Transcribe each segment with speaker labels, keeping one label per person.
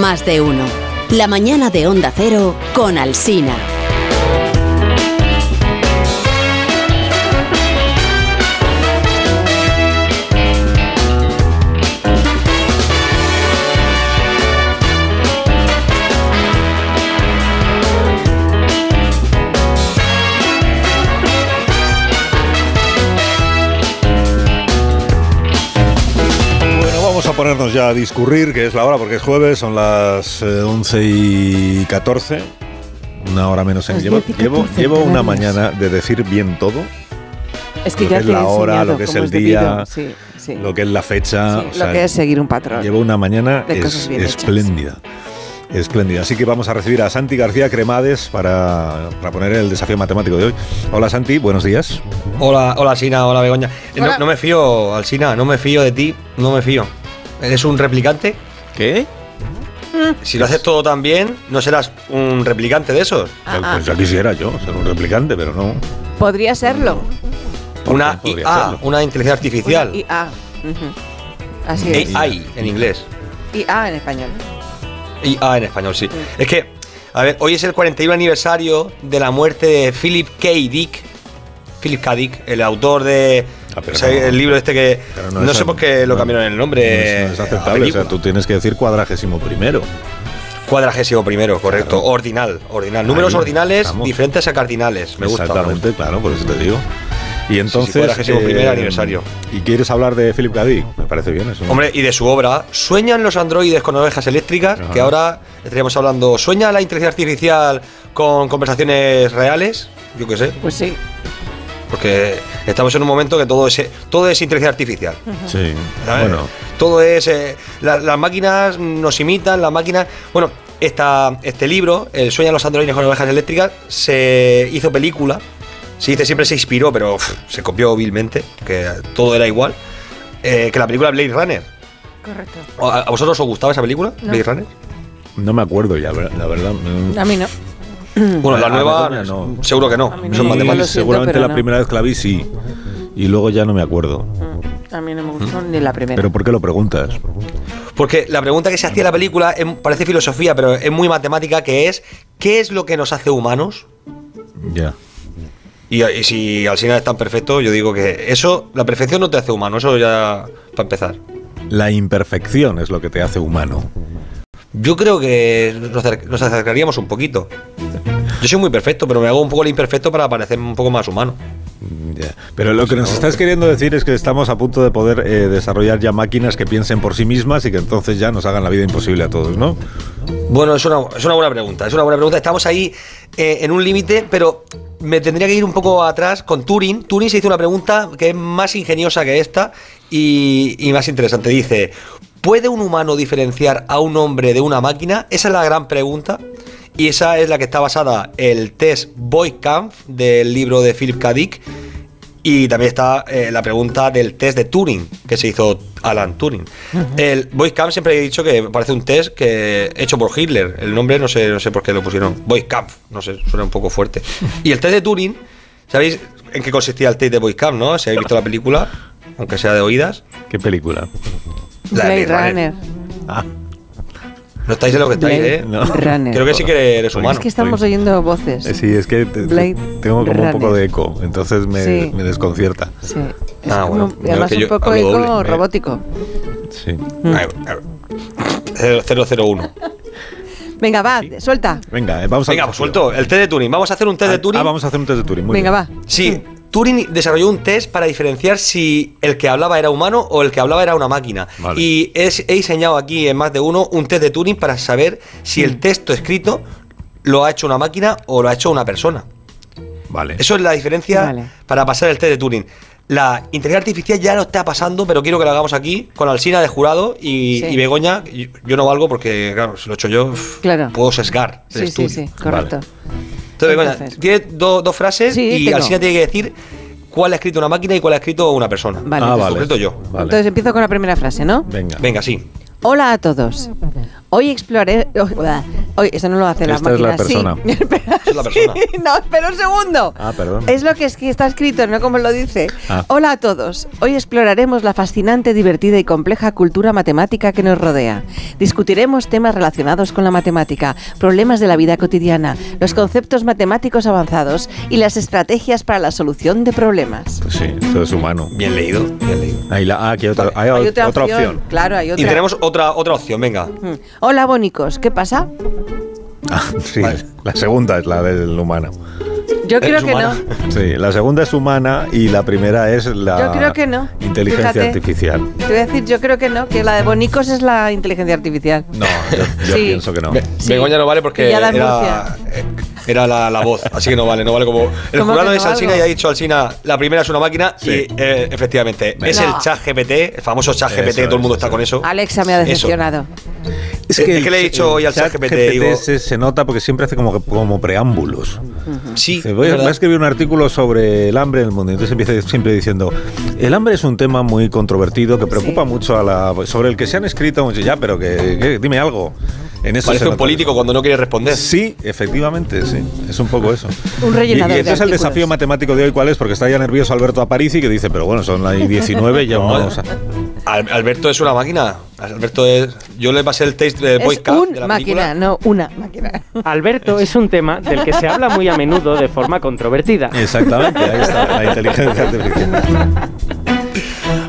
Speaker 1: Más de uno. La mañana de Onda Cero con Alsina.
Speaker 2: Bueno, vamos a ponernos ya a discurrir, que es la hora, porque es jueves, son las eh, 11 y 14, una hora menos en
Speaker 3: Las
Speaker 2: llevo.
Speaker 3: 10 y 14,
Speaker 2: Llevo, llevo una
Speaker 3: gracias.
Speaker 2: mañana de decir bien todo,
Speaker 3: Es que
Speaker 2: Lo
Speaker 3: ya
Speaker 2: que es
Speaker 3: te
Speaker 2: la
Speaker 3: he
Speaker 2: hora,
Speaker 3: enseñado
Speaker 2: lo que es
Speaker 3: cómo
Speaker 2: el
Speaker 3: debido.
Speaker 2: día,
Speaker 3: Sí, sí.
Speaker 2: lo que es la fecha.
Speaker 3: Sí,
Speaker 2: o sea,
Speaker 3: lo que es seguir un patrón.
Speaker 2: Llevo una mañana
Speaker 3: De
Speaker 2: es-
Speaker 3: cosas bien hechas.
Speaker 2: espléndida. Espléndida. Así que vamos a recibir a Santi García Cremades para, para poner el desafío matemático de hoy. Hola Santi, buenos días.
Speaker 4: Hola, hola Sina, hola Begoña. Eh, No,
Speaker 3: Hola.
Speaker 4: no me fío, Alsina, no me fío de ti, no me fío. ¿Eres un replicante?
Speaker 5: ¿Qué?
Speaker 4: Si lo haces todo tan bien, ¿no serás un replicante de esos?
Speaker 3: Ah,
Speaker 2: Pues ya quisiera yo ser un replicante, pero no.
Speaker 3: Podría serlo.
Speaker 2: ¿Por
Speaker 4: Una
Speaker 2: qué podría
Speaker 4: IA,
Speaker 2: serlo?
Speaker 4: una inteligencia
Speaker 3: Una
Speaker 4: artificial.
Speaker 3: IA. ah, Ujú. Así es.
Speaker 4: AI en inglés.
Speaker 3: IA en español.
Speaker 4: IA en español, sí. Es que, a ver, hoy es el 41 aniversario de la muerte de Philip K. Dick. Philip K. Dick, el autor de.
Speaker 2: Ah, pero
Speaker 4: o sea,
Speaker 2: no.
Speaker 4: el libro este que.
Speaker 2: Pero
Speaker 4: No,
Speaker 2: es-
Speaker 4: sé por qué lo
Speaker 2: no-
Speaker 4: cambiaron el nombre.
Speaker 2: no es, no es
Speaker 4: a
Speaker 2: aceptable, o sea,
Speaker 4: película.
Speaker 2: tú tienes que decir cuadragésimo primero.
Speaker 4: Cuadragésimo primero, correcto. Ordinal, ordinal. Números
Speaker 2: Ahí
Speaker 4: ordinales
Speaker 2: estamos.
Speaker 4: diferentes a cardinales. Me gusta. me
Speaker 2: Exactamente, claro, por eso te digo. Y entonces. eh,
Speaker 4: cuadragésimo primer aniversario.
Speaker 2: ¿Y quieres hablar de Philip K. Dick? Me parece bien eso.
Speaker 4: gusta. Hombre, y de su obra, ¿sueñan los androides con ovejas eléctricas?
Speaker 2: Ajá.
Speaker 4: Que ahora estaríamos hablando, ¿sueña la inteligencia artificial con conversaciones reales? Yo qué sé,
Speaker 3: Pues sí.
Speaker 4: porque estamos en un momento que todo es, todo es inteligencia artificial.
Speaker 2: Sí.
Speaker 4: ¿sabes?
Speaker 2: Bueno,
Speaker 4: Todo es. eh, la- las máquinas nos imitan, las máquinas. Bueno, esta, este libro, El sueño de los androides con ovejas eléctricas, se hizo película. Se dice siempre se inspiró, pero uf, se copió vilmente, que todo era igual. eh, que la película Blade Runner.
Speaker 3: Correcto.
Speaker 4: ¿A, a vosotros os gustaba esa película? Blade Runner.
Speaker 2: no me acuerdo ya, la verdad. Mm.
Speaker 3: A mí no.
Speaker 4: Bueno, la
Speaker 2: A- a
Speaker 4: nueva,
Speaker 2: Begoña no.
Speaker 4: seguro que no.
Speaker 3: Mm. A mí no
Speaker 2: Y
Speaker 3: me
Speaker 4: Son
Speaker 3: lo
Speaker 4: matemáticas.
Speaker 3: siento,
Speaker 2: seguramente
Speaker 3: pero
Speaker 2: la
Speaker 3: no.
Speaker 2: primera vez que la vi sí. Y luego ya no me acuerdo.
Speaker 3: A mí no me gustó ni la primera.
Speaker 2: Pero ¿por qué lo preguntas?
Speaker 4: Porque la pregunta que se hacía en la película es- parece filosofía, pero es muy matemática, que es ¿qué es lo que nos hace humanos?
Speaker 2: Ya.
Speaker 4: Y, y si al final es tan perfecto, yo digo que eso, la perfección no te hace humano, eso ya para empezar.
Speaker 2: La imperfección es lo que te hace humano.
Speaker 4: Yo creo que nos, acer- nos acercaríamos un poquito. Yo soy muy perfecto, pero me hago un poco el imperfecto para parecer un poco más humano.
Speaker 2: Ya. Pero lo que nos estás queriendo decir es que estamos a punto de poder eh, desarrollar ya máquinas que piensen por sí mismas y que entonces ya nos hagan la vida imposible a todos, ¿no?
Speaker 4: Bueno, es una, es una buena pregunta, es una buena pregunta. Estamos ahí eh, en un límite, pero me tendría que ir un poco atrás con Turing. Turing se hizo una pregunta que es más ingeniosa que esta y, y más interesante. Dice, ¿puede un humano diferenciar a un hombre de una máquina? Esa es la gran pregunta. Y esa es la que está basada el test Boykampf del libro de Philip K. Dick. Y también está eh, la pregunta del test de Turing que se hizo Alan Turing. El Voice Camp siempre he dicho que parece un test que hecho por Hitler. El nombre no sé, no sé por qué lo pusieron. Voice Camp, no sé, suena un poco fuerte. Y el test de Turing, ¿sabéis en qué consistía el test de Voice Camp, no? Si habéis visto la película, aunque sea de oídas.
Speaker 2: ¿Qué película?
Speaker 4: La de
Speaker 3: Blade Runner.
Speaker 2: Ah,
Speaker 4: No estáis en lo que estáis,
Speaker 3: Blade
Speaker 4: ¿eh?
Speaker 2: No.
Speaker 3: Runner.
Speaker 4: Creo que sí que eres humano.
Speaker 3: Es que estamos oyendo voces.
Speaker 2: Eh, sí, es que te- te-
Speaker 3: Blade
Speaker 2: tengo como un poco
Speaker 3: Runner.
Speaker 2: de eco, entonces me,
Speaker 3: Sí.
Speaker 2: me desconcierta.
Speaker 3: Sí. Es
Speaker 4: Ah,
Speaker 3: como-
Speaker 4: bueno.
Speaker 3: y además
Speaker 4: Yo es que
Speaker 3: un
Speaker 4: yo
Speaker 3: poco
Speaker 4: hablo
Speaker 3: eco
Speaker 4: doble.
Speaker 3: robótico.
Speaker 2: Sí.
Speaker 4: A ver, a ver. 001.
Speaker 3: Pues Venga, va, suelta.
Speaker 2: Venga, eh, vamos a
Speaker 4: Venga, pues suelto. El test de Turing. Vamos a hacer un test de Turing.
Speaker 2: Ah, vamos a hacer un test de Turing. muy
Speaker 3: Venga,
Speaker 2: bien.
Speaker 3: va.
Speaker 4: Sí, Hmm. Turing desarrolló un test para diferenciar si el que hablaba era humano o el que hablaba era una máquina.
Speaker 2: Vale.
Speaker 4: Y es- he diseñado aquí en más de uno un test de Turing para saber si el texto escrito lo ha hecho una máquina o lo ha hecho una persona.
Speaker 2: Vale.
Speaker 4: Eso es la diferencia
Speaker 3: Vale.
Speaker 4: para pasar el test de Turing. La inteligencia artificial ya lo está pasando, pero quiero que lo hagamos aquí con Alsina de jurado y,
Speaker 3: Sí.
Speaker 4: y Begoña. Yo, yo no valgo porque, claro, si lo he hecho yo, uf,
Speaker 3: Claro.
Speaker 4: puedo sesgar. el
Speaker 3: Sí, sí,
Speaker 4: estudio.
Speaker 3: sí, correcto.
Speaker 4: Entonces, Begoña,
Speaker 3: Entonces.
Speaker 4: tiene do- dos frases
Speaker 3: Sí,
Speaker 4: y
Speaker 3: tengo.
Speaker 4: al final tiene que decir cuál ha escrito una máquina y cuál ha escrito una persona.
Speaker 3: Vale.
Speaker 2: Ah,
Speaker 4: En
Speaker 2: vale.
Speaker 4: concreto yo.
Speaker 2: Vale.
Speaker 3: Entonces empiezo con la primera frase, ¿no?
Speaker 2: Venga.
Speaker 4: Venga, sí.
Speaker 3: Hola a todos. Hoy exploré. Hoy, eso no lo hace la
Speaker 2: Esta es la
Speaker 3: máquina. sí.
Speaker 2: persona.
Speaker 3: Espera,
Speaker 4: Es la persona.
Speaker 3: sí, no, espera un segundo.
Speaker 2: Ah, perdón.
Speaker 3: Es lo que, es que está escrito, no como lo dice.
Speaker 2: Ah.
Speaker 3: Hola a todos. Hoy exploraremos la fascinante, divertida y compleja cultura matemática que nos rodea. Discutiremos temas relacionados con la matemática, problemas de la vida cotidiana, los conceptos matemáticos avanzados y las estrategias para la solución de problemas.
Speaker 2: Pues sí, esto es humano.
Speaker 4: Bien leído, bien leído.
Speaker 2: Ahí la, ah, aquí hay otra, hay
Speaker 3: Hay
Speaker 2: otra, opción.
Speaker 3: Claro, hay
Speaker 4: Y
Speaker 3: otra.
Speaker 4: tenemos otra, otra opción, venga.
Speaker 3: Mm. Hola, bonicos. ¿Qué pasa?
Speaker 2: Ah, sí,
Speaker 4: Vale.
Speaker 2: la segunda es la del humano.
Speaker 3: Yo creo
Speaker 4: Eres
Speaker 3: que
Speaker 4: humana.
Speaker 3: no.
Speaker 2: Sí, la segunda es humana y la primera es la
Speaker 3: Yo creo que no.
Speaker 2: inteligencia
Speaker 3: Fíjate.
Speaker 2: artificial.
Speaker 3: Te voy a decir, yo creo que no, que la de bonicos es la inteligencia artificial.
Speaker 2: No, yo, yo
Speaker 3: Sí.
Speaker 2: pienso que no.
Speaker 4: Be-
Speaker 3: Sí.
Speaker 4: Begoña no vale porque
Speaker 3: Pillada
Speaker 4: era,
Speaker 3: en
Speaker 4: eh, era la, la voz, así que no vale, no vale como... El
Speaker 3: ¿Cómo
Speaker 4: jurado
Speaker 3: que no
Speaker 4: es Alsina y
Speaker 3: valgo?
Speaker 4: ha dicho Alsina, la primera es una máquina
Speaker 2: Sí.
Speaker 4: y eh, efectivamente,
Speaker 2: Venga.
Speaker 4: es el
Speaker 3: No.
Speaker 4: chat GPT, el famoso chat GPT,
Speaker 2: Eso
Speaker 4: todo el mundo
Speaker 2: es,
Speaker 4: está con eso.
Speaker 3: Alexa me ha
Speaker 4: Eso.
Speaker 3: decepcionado.
Speaker 4: Es que le he dicho hoy al
Speaker 2: chat
Speaker 4: ChatGPT,
Speaker 2: GPT
Speaker 4: digo-
Speaker 2: se, se nota porque siempre hace como, que- como preámbulos.
Speaker 4: Sí,
Speaker 2: Dice, voy,
Speaker 4: es
Speaker 2: a, voy a
Speaker 4: verdad.
Speaker 2: escribir un artículo sobre el hambre en el mundo. Entonces empieza siempre diciendo, el hambre es un tema muy controvertido que preocupa
Speaker 3: Sí.
Speaker 2: mucho a la... sobre el que se han escrito mucho ya, pero que, que- dime algo. En eso se
Speaker 4: parece un
Speaker 2: nota.
Speaker 4: político cuando no quiere responder.
Speaker 2: Sí, efectivamente, sí. Es un poco eso.
Speaker 3: Un rellenador
Speaker 2: Y, y
Speaker 3: de
Speaker 2: entonces el
Speaker 3: artículos.
Speaker 2: desafío matemático de hoy, ¿cuál es? Porque está ya nervioso Alberto Aparici que dice, pero bueno, son las 19 y ya
Speaker 4: No,
Speaker 2: vamos a...
Speaker 4: Al- Alberto es una máquina. Alberto es. Yo le pasé el taste de Boy
Speaker 3: Es
Speaker 4: Scout
Speaker 3: un
Speaker 4: de la
Speaker 3: máquina,
Speaker 4: película.
Speaker 3: no una máquina.
Speaker 5: Alberto es un tema del que se habla muy a menudo de forma controvertida.
Speaker 2: Exactamente, ahí está, la inteligencia artificial.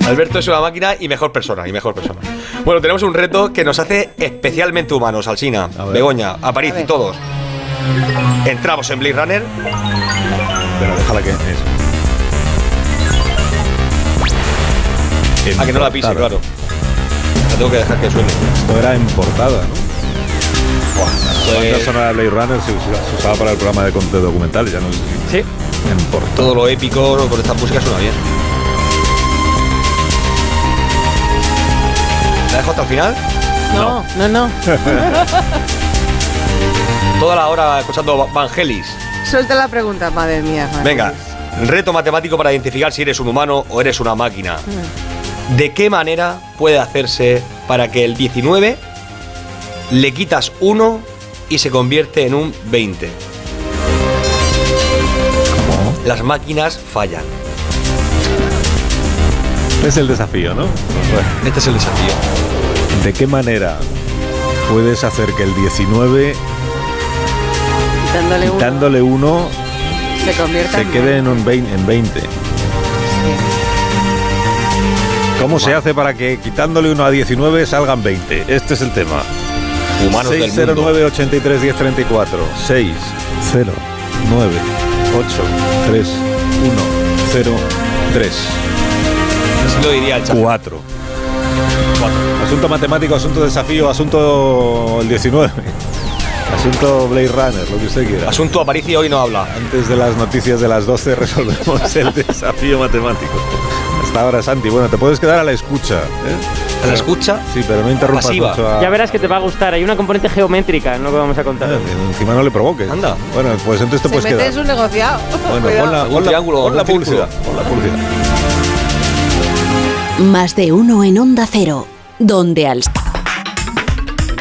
Speaker 4: Alberto es una máquina y mejor persona, y mejor persona. Bueno, tenemos un reto que nos hace especialmente humanos, Alsina,
Speaker 2: A ver.
Speaker 4: Begoña, Apariz
Speaker 3: A
Speaker 4: y
Speaker 3: ver.
Speaker 4: todos. Entramos en Blade Runner.
Speaker 2: Pero déjala que... Eso.
Speaker 4: A Ah, que no la pise, claro. La tengo que dejar que suene.
Speaker 2: Esto era en portada, ¿no? La banda
Speaker 4: Pues,
Speaker 2: sonora de Blade Runner se usa- se usaba para el programa de, con- de documentales, ya no es
Speaker 5: Sí.
Speaker 2: en portada.
Speaker 4: todo lo épico con esta música suena bien. ¿La dejo hasta el final?
Speaker 3: No, no, no.
Speaker 4: Toda la hora escuchando Vangelis.
Speaker 3: Suelta la pregunta, madre mía. madre
Speaker 4: Venga,
Speaker 3: mía.
Speaker 4: reto matemático para identificar si eres un humano o eres una máquina. ¿De qué manera puede hacerse para que el 19 le quitas 1 y se convierte en un 20? Las máquinas fallan.
Speaker 2: Es el desafío, ¿no? Bueno,
Speaker 4: Este es el desafío.
Speaker 2: ¿De qué manera puedes hacer que el 19,
Speaker 3: Quitándole uno,
Speaker 2: dándole uno,
Speaker 3: se convierta
Speaker 2: se
Speaker 3: en-
Speaker 2: quede en un 20? En 20? ¿Cómo se hace para que quitándole uno a 19 salgan 20? Este es el tema.
Speaker 4: Humanos del mundo.
Speaker 2: 609 83 10 34 6 0 9 8 3 1 0 3
Speaker 4: Así lo diría el chat.
Speaker 2: 4 Asunto matemático, asunto desafío, asunto el 19 Asunto Blade Runner, lo que usted quiera
Speaker 4: Asunto Aparicio hoy no habla.
Speaker 2: Antes de las noticias de las 12 resolvemos el desafío matemático Hasta ahora Santi, bueno, te puedes quedar a la escucha ¿eh?
Speaker 4: ¿La escucha?
Speaker 2: Sí, pero no interrumpas
Speaker 4: Pasiva.
Speaker 2: mucho a...
Speaker 5: Ya verás que te va a gustar. Hay una componente geométrica, no que vamos a contar.
Speaker 2: Encima no le provoques
Speaker 4: Anda.
Speaker 2: Bueno, pues entonces te
Speaker 3: Se
Speaker 2: puedes
Speaker 3: mete
Speaker 2: quedar
Speaker 3: en su negociado.
Speaker 2: Bueno,
Speaker 3: Cuidado.
Speaker 2: pon la,
Speaker 4: Algún
Speaker 2: pon la-
Speaker 4: triángulo,
Speaker 2: pon la
Speaker 4: algún círculo.
Speaker 2: publicidad. Pon la publicidad.
Speaker 1: Más de uno en Onda Cero, donde al...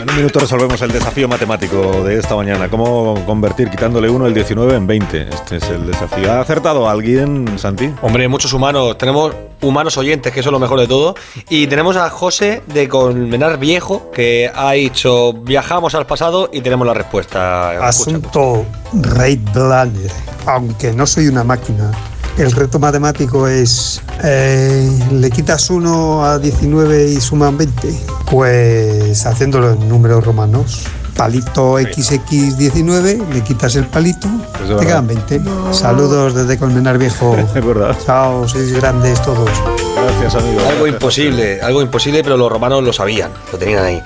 Speaker 2: En un minuto resolvemos el desafío matemático de esta mañana. ¿Cómo convertir quitándole uno el 19 en 20? Este es el desafío. ¿Ha acertado alguien, Santi?
Speaker 4: Hombre, muchos humanos. Tenemos humanos oyentes, que eso es lo mejor de todo. Y tenemos a José de Colmenar Viejo, que ha dicho, viajamos al pasado y tenemos la respuesta. Escucha, escucha.
Speaker 6: Asunto Raid Runner. Aunque no soy una máquina, el reto matemático es, eh, le quitas 1 a 19 y suman 20. Pues haciéndolo en números romanos. Palito XX19, le quitas el palito,
Speaker 2: es
Speaker 6: te
Speaker 2: verdad.
Speaker 6: quedan 20. Saludos desde Colmenar Viejo.
Speaker 2: Es verdad.
Speaker 6: Chao, sois grandes todos.
Speaker 2: Gracias, amigo.
Speaker 4: Algo
Speaker 2: Gracias.
Speaker 4: imposible, algo imposible, pero los romanos lo sabían, lo tenían ahí.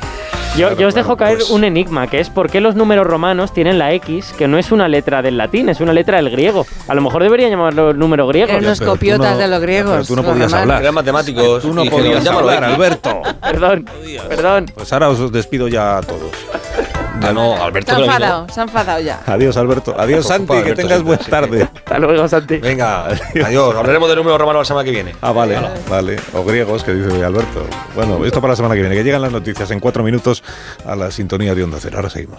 Speaker 5: Yo, yo os dejo
Speaker 4: claro,
Speaker 5: caer
Speaker 4: pues.
Speaker 5: un enigma, que es por qué los números romanos tienen la X, que no es una letra del latín, es una letra del griego. A lo mejor deberían llamarlo número griego.
Speaker 3: Eran unos
Speaker 2: Pero tú
Speaker 3: copiotas
Speaker 2: no-
Speaker 3: de
Speaker 2: pero
Speaker 3: los griegos.
Speaker 2: tú no
Speaker 3: los
Speaker 2: podías
Speaker 3: romanos.
Speaker 2: hablar.
Speaker 4: Eran matemáticos,
Speaker 2: Tú no
Speaker 4: ingenieros,
Speaker 2: podías
Speaker 4: llámalo
Speaker 2: hablar,
Speaker 4: X.
Speaker 2: Alberto.
Speaker 5: Perdón, perdón.
Speaker 2: Pues ahora os despido ya a todos. final.
Speaker 4: No,
Speaker 3: Se
Speaker 4: Alberto,
Speaker 3: ha
Speaker 4: pero aquí no.
Speaker 3: enfadado, se ha enfadado ya.
Speaker 2: Adiós, Alberto. Adiós,
Speaker 4: Está
Speaker 2: Santi.
Speaker 4: preocupado,
Speaker 2: Que
Speaker 4: Alberto,
Speaker 2: tengas buena
Speaker 4: siempre, sí,
Speaker 2: tarde.
Speaker 5: Hasta luego, Santi.
Speaker 4: Venga, adiós. Hablaremos de número romano la semana que viene.
Speaker 2: Ah, vale, vale. O griegos, que dice Alberto. Bueno, esto para la semana que viene. Que llegan las noticias en cuatro minutos a la sintonía de Onda Cero. Ahora seguimos.